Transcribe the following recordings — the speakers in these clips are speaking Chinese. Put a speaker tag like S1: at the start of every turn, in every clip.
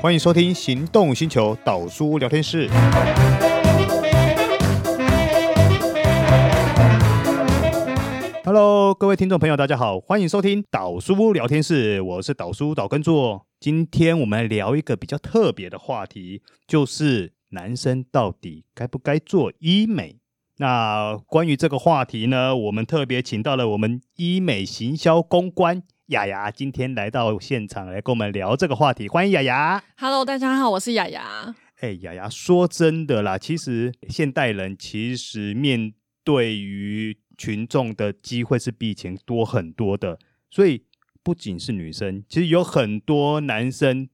S1: 欢迎收听《行动星球》岛叔聊天室。Hello，各位听众朋友，大家好，欢迎收听岛叔聊天室，我是岛叔岛根座。今天我们来聊一个比较特别的话题，就是男生到底该不该做医美？那关于这个话题呢，我们特别请到了我们医美行销公关雅雅，今天来到现场来跟我们聊这个话题，欢迎雅雅。
S2: Hello，大家好，我是雅雅。
S1: 哎，雅雅，说真的啦，其实现代人其实面对于群众的机会是比以前多很多的，所以不仅是女生，其实有很多男生，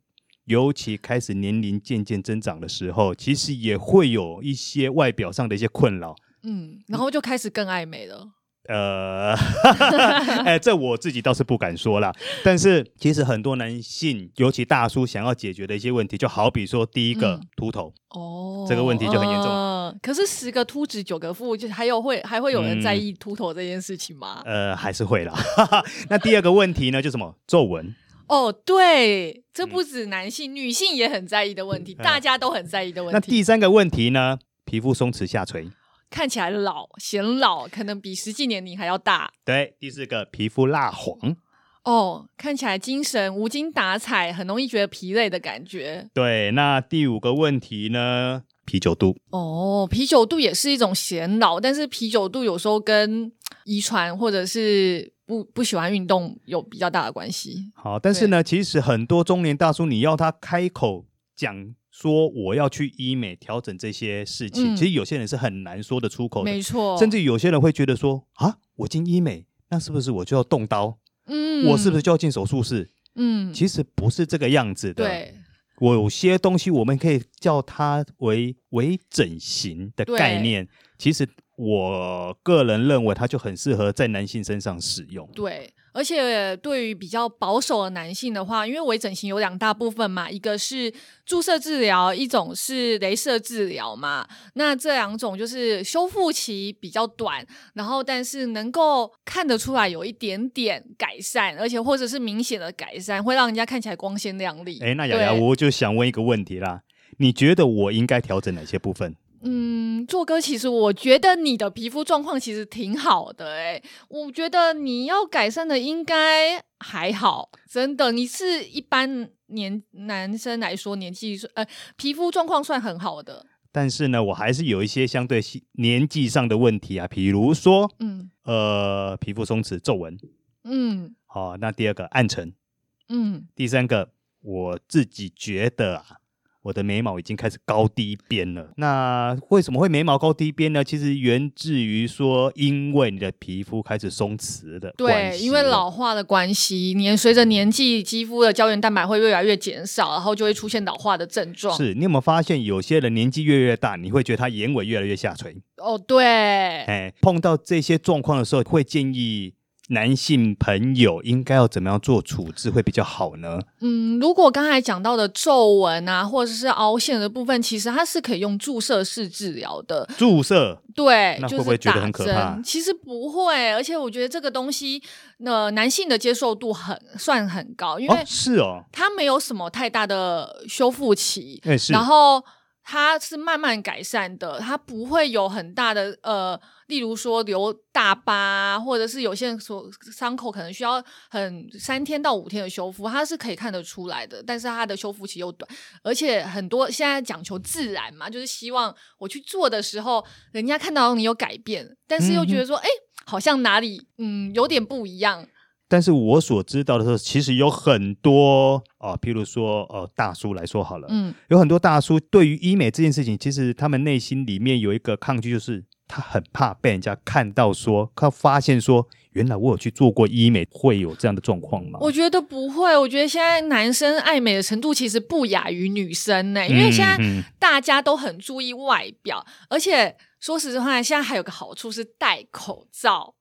S1: 尤其开始年龄渐渐增长的时候，其实也会有一些外表上的一些困扰。
S2: 嗯，然后就开始更爱美了。
S1: 呃， 哎，这我自己倒是不敢说啦。但是其实很多男性，尤其大叔想要解决的一些问题，就好比说第一个、
S2: 嗯
S1: 秃头，
S2: 哦，
S1: 这个问题就很严重
S2: 嗯可是十个秃子九个富，就还有会还会有人在意秃头这件事情吗？
S1: 呃，还是会啦。 那第二个问题呢，就什么皱纹？
S2: 哦，对，
S1: 嗯
S2: 这不止男性，女性也很在意的问题，大家都很在意的问
S1: 那
S2: 题。
S1: 第三个问题呢，皮肤松弛下垂。
S2: 看起来老显老，可能比实际年龄还要大。
S1: 对，第四个皮肤蜡黄。
S2: 哦，看起来精神无精打采，很容易觉得疲累的感觉。
S1: 对，那第五个问题呢，啤酒肚。
S2: 哦，啤酒肚也是一种显老，但是啤酒肚有时候跟遗传或者是不不喜欢运动有比较大的关系。
S1: 好，但是呢，其实很多中年大叔，你要他开口讲说我要去医美调整这些事情，
S2: 嗯
S1: 其实有些人是很难说得出口
S2: 没
S1: 的，
S2: 错，
S1: 哦甚至有些人会觉得说啊，我进医美，那是不是我就要动刀？
S2: 嗯
S1: 我是不是就要进手术室？
S2: 嗯，
S1: 其实不是这个样子的。
S2: 对
S1: 有些东西我们可以叫它为为整形的概念，其实我个人认为它就很适合在男性身上使用。
S2: 对，而且对于比较保守的男性的话，因为微整形有两大部分嘛，一个是注射治疗，一种是镭射治疗嘛。那这两种就是修复期比较短，然后但是能够看得出来有一点点改善，而且或者是明显的改善，会让人家看起来光鲜亮丽。
S1: 哎，那雅雅，
S2: 对
S1: 我就想问一个问题啦，你觉得我应该调整哪些部分？
S2: 嗯，做哥，其实我觉得你的皮肤状况其实挺好的、欸，我觉得你要改善的应该还好，真的，你是一般年男生来说年纪呃皮肤状况算很好的，
S1: 但是呢，我还是有一些相对系年纪上的问题啊，比如说
S2: 嗯
S1: 呃，皮肤松弛、皱纹，
S2: 嗯
S1: 好、那第二个暗沉，
S2: 嗯，
S1: 第三个，我自己觉得啊，我的眉毛已经开始高低边了。那为什么会眉毛高低边呢？其实源自于说，因为你的皮肤开始松弛的关
S2: 对，
S1: 系
S2: 因为
S1: 了
S2: 老化的关系，年随着年纪，肌肤的胶原蛋白会越来越减少，然后就会出现老化的症状。
S1: 是你有没有发现，有些人年纪越来越大，你会觉得他眼尾越来越下垂？
S2: 哦，对，
S1: 哎，碰到这些状况的时候，会建议男性朋友应该要怎么样做处置会比较好呢？
S2: 嗯，如果刚才讲到的皱纹啊，或者是凹陷的部分，其实它是可以用注射式治疗的。
S1: 注射
S2: 对，
S1: 那会
S2: 就
S1: 不
S2: 是
S1: 会觉得
S2: 打
S1: 很可怕
S2: 针其实不会，而且我觉得这个东西，呃，男性的接受度很算很高，因
S1: 哦
S2: 为，
S1: 是哦，
S2: 它没有什么太大的修复期，
S1: 哎是，
S2: 然后它是慢慢改善的，它不会有很大的呃，例如说留大疤，或者是有些人所伤口可能需要很三天到五天的修复，它是可以看得出来的，但是它的修复期又短，而且很多现在讲求自然嘛，就是希望我去做的时候，人家看到你有改变，但是又觉得说，哎、好像哪里嗯有点不一样，
S1: 但是我所知道的是，其实有很多啊、呃譬如说呃，大叔来说好了，
S2: 嗯
S1: 有很多大叔对于医美这件事情，其实他们内心里面有一个抗拒，就是他很怕被人家看到说，他发现说，原来我有去做过医美，会有这样的状况吗？
S2: 我觉得不会，我觉得现在男生爱美的程度其实不亚于女生呢、因为现在
S1: 嗯嗯
S2: 大家都很注意外表，而且说实话，现在还有个好处是戴口 罩。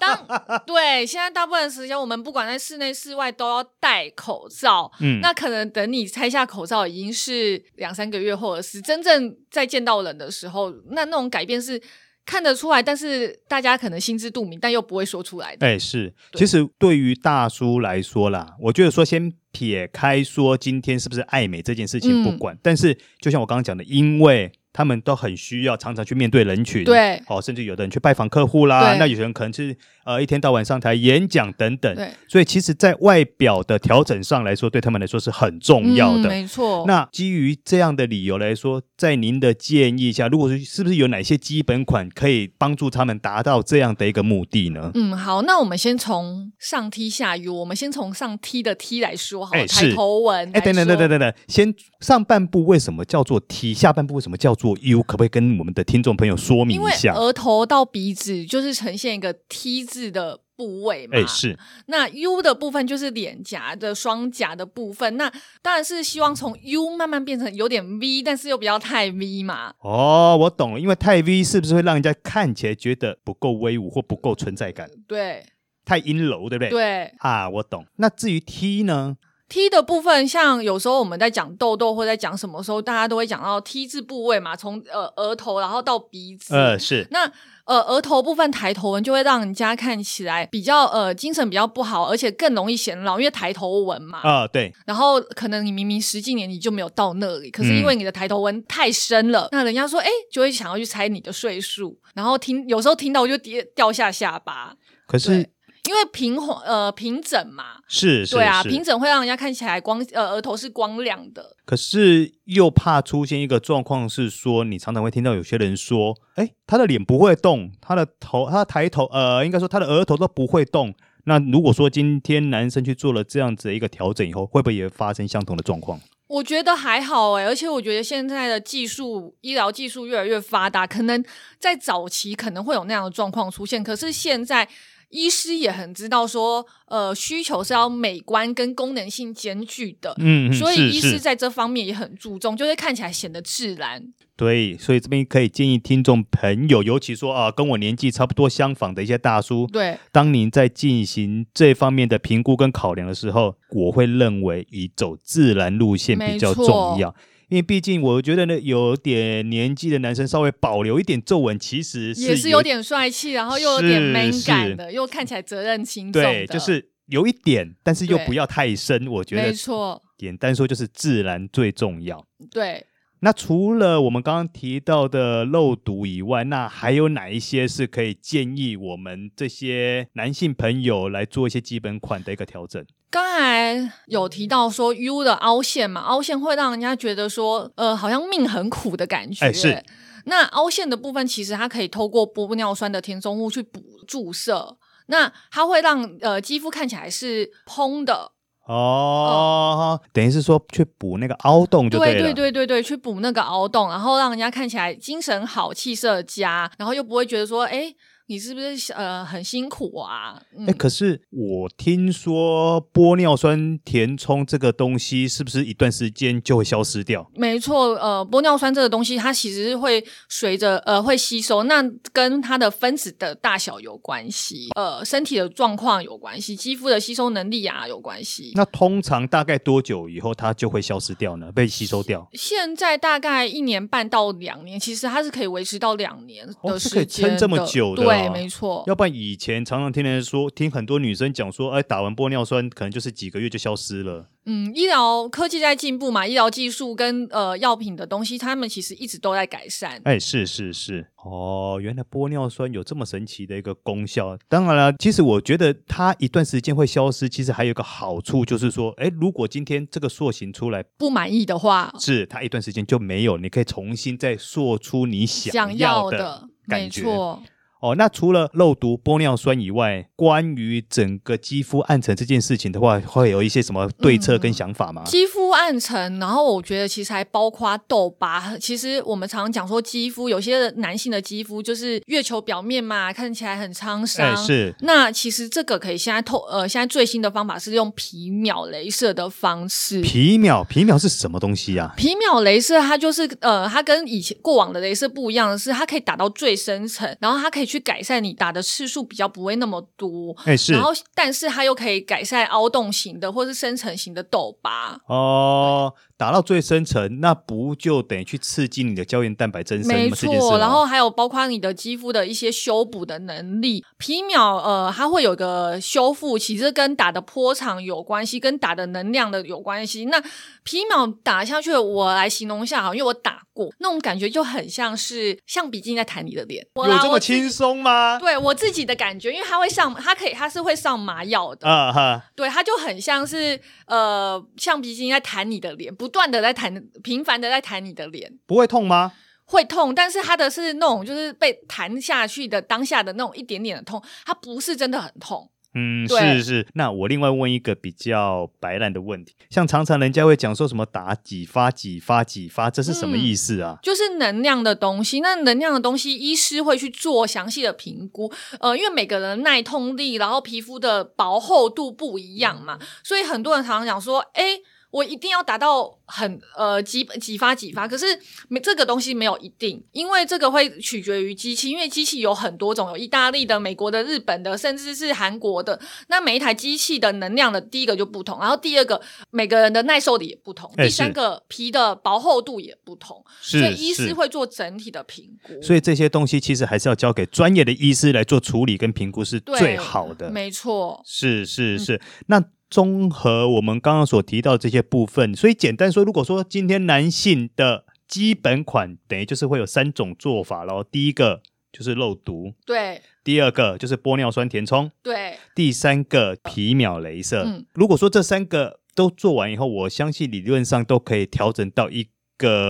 S2: 当对，现在大部分时间我们不管在室内室外都要戴口罩。
S1: 嗯
S2: 那可能等你拆下口罩，已经是两三个月后的事。真正再见到人的时候，那那种改变是看得出来，但是大家可能心知肚明，但又不会说出来的。
S1: 哎，是，
S2: 对
S1: 其实对于大叔来说啦，我觉得说先撇开说今天是不是爱美这件事情不
S2: 嗯
S1: 管，但是就像我刚刚讲的，因为他们都很需要常常去面对人群，，
S2: 对
S1: 哦，甚至有的人去拜访客户啦，
S2: 对
S1: 那有些人可能是呃一天到晚上台演讲等等，
S2: 对，
S1: 所以其实，在外表的调整上来说，对他们来说是很重要
S2: 嗯
S1: 的。
S2: 没错。
S1: 那基于这样的理由来说，在您的建议下，如果是是不是有哪些基本款可以帮助他们达到这样的一个目的呢？
S2: 嗯，好，那我们先从上梯下 U，我们先从上梯的梯来说好了，
S1: 哎是
S2: 抬头纹。
S1: 哎，等等等等
S2: 对，
S1: 等等，先上半部为什么叫做 T，下半部为什么叫做 U？可不可以跟我们的听众朋友说明
S2: 因为
S1: 一下？
S2: 额头到鼻子就是呈现一个 T 字的部位嘛。
S1: 哎，是
S2: 那 U 的部分就是脸颊的双颊的部分，那当然是希望从 U 慢慢变成有点 V，但是又不要太 V 嘛。
S1: 哦，我懂了，因为太 V 是不是会让人家看起来觉得不够威武或不够存在感，
S2: 对
S1: 太阴柔，对不对？
S2: 对
S1: 啊，我懂。那至于 T 呢？
S2: ，T 的部分，像有时候我们在讲痘痘或在讲什么时候，大家都会讲到 T 字部位嘛，从呃额头然后到鼻子，
S1: 呃，是
S2: 那呃，额头部分抬头纹就会让人家看起来比较呃精神比较不好，而且更容易显老，因为抬头纹嘛。
S1: 啊、对，
S2: 然后可能你明明实际年你就没有到那里，可是
S1: 嗯
S2: 因为你的抬头纹太深了，那人家说哎，就会想要去猜你的岁数，然后听有时候听到我就跌掉下下巴，
S1: 可是
S2: 对因为平滑呃平整嘛，
S1: 是是
S2: 对啊，
S1: 是
S2: 平整会让人家看起来光呃额头是光亮的，
S1: 可是又怕出现一个状况是说，你常常会听到有些人说，哎，他的脸不会动，他的头，他的抬头，呃，应该说他的额头都不会动。那如果说今天男生去做了这样子的一个调整以后，会不会也发生相同的状况？
S2: 我觉得还好哎、而且我觉得现在的技术，医疗技术越来越发达，可能在早期可能会有那样的状况出现，可是现在医师也很知道说，呃，需求是要美观跟功能性兼具的。
S1: 嗯
S2: 所以医师
S1: 是
S2: 在这方面也很注重，就是看起来显得自然。
S1: 对，所以这边可以建议听众朋友，尤其说啊、跟我年纪差不多相仿的一些大叔，
S2: 对，
S1: 当您在进行这方面的评估跟考量的时候，我会认为以走自然路线比较重
S2: 没
S1: 要。因为毕竟我觉得呢，有点年纪的男生稍微保留一点皱纹，其实是
S2: 也是有点帅气，然后又有点 man 感的，又看起来责任轻重
S1: 对，
S2: 的，
S1: 就是有一点，但是又
S2: 对
S1: 不要太深。我觉
S2: 没
S1: 得
S2: 错，
S1: 简单说就是自然最重要。
S2: 对。
S1: 那除了我们刚刚提到的肉毒以外，那还有哪一些是可以建议我们这些男性朋友来做一些基本款的一个调整？
S2: 刚才有提到说 U 的凹陷嘛，凹陷会让人家觉得说，呃，好像命很苦的感觉。
S1: 哎是
S2: 那凹陷的部分，其实它可以透过玻尿酸的填充物去补注射，那它会让呃肌肤看起来是嘭的，
S1: 哦，等于是说去补那个凹洞就
S2: 对
S1: 了。
S2: 对对对对，去补那个凹洞，然后让人家看起来精神好、气色佳，然后又不会觉得说，哎，你是不是呃很辛苦啊？嗯
S1: 哎、可是我听说玻尿酸填充这个东西，是不是一段时间就会消失掉？
S2: 没错，呃，玻尿酸这个东西，它其实是会随着呃会吸收，那跟它的分子的大小有关系，呃，身体的状况有关系，肌肤的吸收能力啊有关系。
S1: 那通常大概多久以后它就会消失掉呢？被吸收掉？
S2: 现在大概一年半到两年，其实它是可以维持到两年
S1: 哦
S2: 的
S1: 是
S2: 时
S1: 可以
S2: 间的、
S1: 撑这么久的啊
S2: 对，没错。
S1: 要不然以前常常听人说，听很多女生讲说，哎，打完玻尿酸可能就是几个月就消失了。
S2: 嗯，医疗科技在进步嘛，医疗技术跟呃药品的东西，他们其实一直都在改善。
S1: 哎，是是是，哦，原来玻尿酸有这么神奇的一个功效。当然了，其实我觉得它一段时间会消失，其实还有一个好处就是说，哎，如果今天这个塑形出来，
S2: 不满意的话，
S1: 是它一段时间就没有，你可以重新再塑出你
S2: 想
S1: 要
S2: 的，没
S1: 感觉
S2: 错。
S1: 哦，那除了肉毒玻尿酸以外，关于整个肌肤暗沉这件事情的话，会有一些什么对策跟想法吗？
S2: 肌肤暗沉，然后我觉得其实还包括痘疤。其实我们常常讲说，肌肤有些男性的肌肤就是月球表面嘛，看起来很沧
S1: 哎，
S2: 桑。
S1: 是
S2: 那其实这个可以现在透呃，现在最新的方法是用皮秒镭射的方式。
S1: 皮秒，皮秒是什么东西啊呀、
S2: 皮秒镭射它就是呃，它跟以前过往的镭射不一样的是，它可以打到最深层，然后它可以去改善你打的次数比较不会那么多，
S1: 哎，是
S2: 然后但是它又可以改善凹洞型的或是深层型的痘疤。
S1: 哦，打到最深层，那不就等于去刺激你的胶原蛋白增生
S2: 没
S1: 吗这件事
S2: 错，
S1: 吗
S2: 然后还有包括你的肌肤的一些修补的能力，皮秒呃，它会有个修复，其实跟打的波长有关系，跟打的能量的有关系。那皮秒打下去，我来形容一下好，因为我打过，那种感觉就很像是橡皮筋在弹你的脸，我
S1: 有
S2: 啦
S1: 这么
S2: 我自己
S1: 轻松吗？
S2: 对我自己的感觉，因为它会上，它可以，它是会上麻药的，
S1: 啊哈，
S2: 对，它就很像是呃橡皮筋在弹你的脸，不断的在弹，频繁的在弹你的脸。
S1: 不会痛吗？
S2: 会痛，但是它的是那种就是被弹下去的当下的那种一点点的痛，它不是真的很痛。
S1: 嗯，
S2: 对
S1: 是是。那我另外问一个比较白烂的问题，像常常人家会讲说什么打几发几发几发，这是什么
S2: 嗯
S1: 意思啊？
S2: 就是能量的东西，那能量的东西，医师会去做详细的评估。呃，因为每个人耐痛力，然后皮肤的薄厚度不一样嘛，
S1: 嗯
S2: 所以很多人常常讲说，诶，我一定要达到很呃几几发几发，可是没这个东西没有一定，因为这个会取决于机器，因为机器有很多种，有意大利的、美国的、日本的，甚至是韩国的。那每一台机器的能量的第一个就不同，然后第二个每个人的耐受力也不同，
S1: 哎
S2: 第三
S1: 是
S2: 个皮的薄厚度也不同。
S1: 是
S2: 所以医
S1: 是
S2: 师会做整体的评估。
S1: 所
S2: 以
S1: 以这些东西其实还是要交给专业的医师来做处理跟评估是最好的。
S2: 没错。
S1: 是是
S2: 嗯
S1: 是，那综合我们刚刚所提到的这些部分，所以简单说，如果说今天男性的基本款，等于就是会有三种做法咯。第一个就是肉毒，
S2: 对
S1: 第二个就是玻尿酸填充，
S2: 对，
S1: 第三个皮秒镭射。
S2: 嗯
S1: 如果说这三个都做完以后，我相信理论上都可以调整到一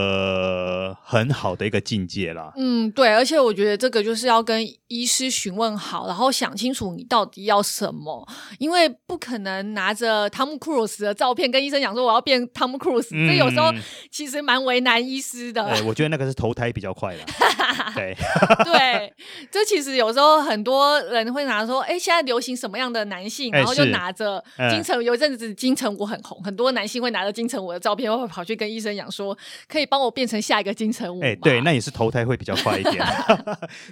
S1: 个很好的一个境界啦。
S2: 嗯对，而且我觉得这个就是要跟医师询问好，然后想清楚你到底要什么，因为不可能拿着汤姆·克鲁斯的照片跟医生讲说我要变汤姆·克鲁斯，
S1: 嗯
S2: 这有时候其实蛮为难医师的。
S1: 哎，我觉得那个是投胎比较快 啦。对，
S2: 对，这其实有时候很多人会拿说，哎，现在流行什么样的男性，
S1: 哎
S2: 然后就是拿着
S1: 嗯
S2: 金城，有一阵子金城武很红，很多男性会拿着金城武的照片，会跑去跟医生讲说，可以帮我变成下一个金城武吗？
S1: 哎，对，那也是投胎会比较快一点。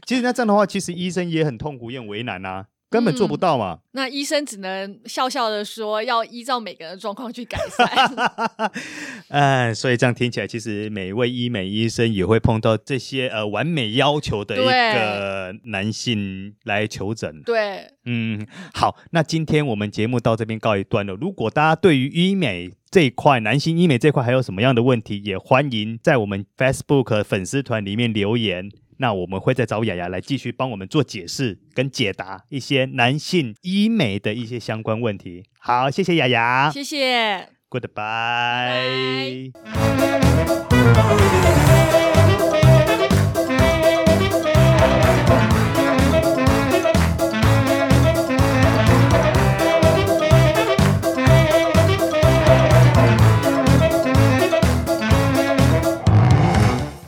S1: 其实那这样的话，其实医生也很痛苦，也很为难啊，根本做不到嘛。
S2: 那医生只能笑笑的说，要依照每个人的状况去改善。
S1: 哎、所以这样听起来，其实每一位医美医生也会碰到这些呃完美要求的一
S2: 对
S1: 个男性来求诊。
S2: 对，
S1: 嗯，好，那今天我们节目到这边告一段落。如果大家对于医美这一块，男性医美这一块还有什么样的问题，也欢迎在我们 Facebook 粉丝团里面留言。那我们会再找雅雅来继续帮我们做解释跟解答一些男性医美的一些相关问题。好，谢谢雅雅
S2: 谢谢。
S1: ，Goodbye。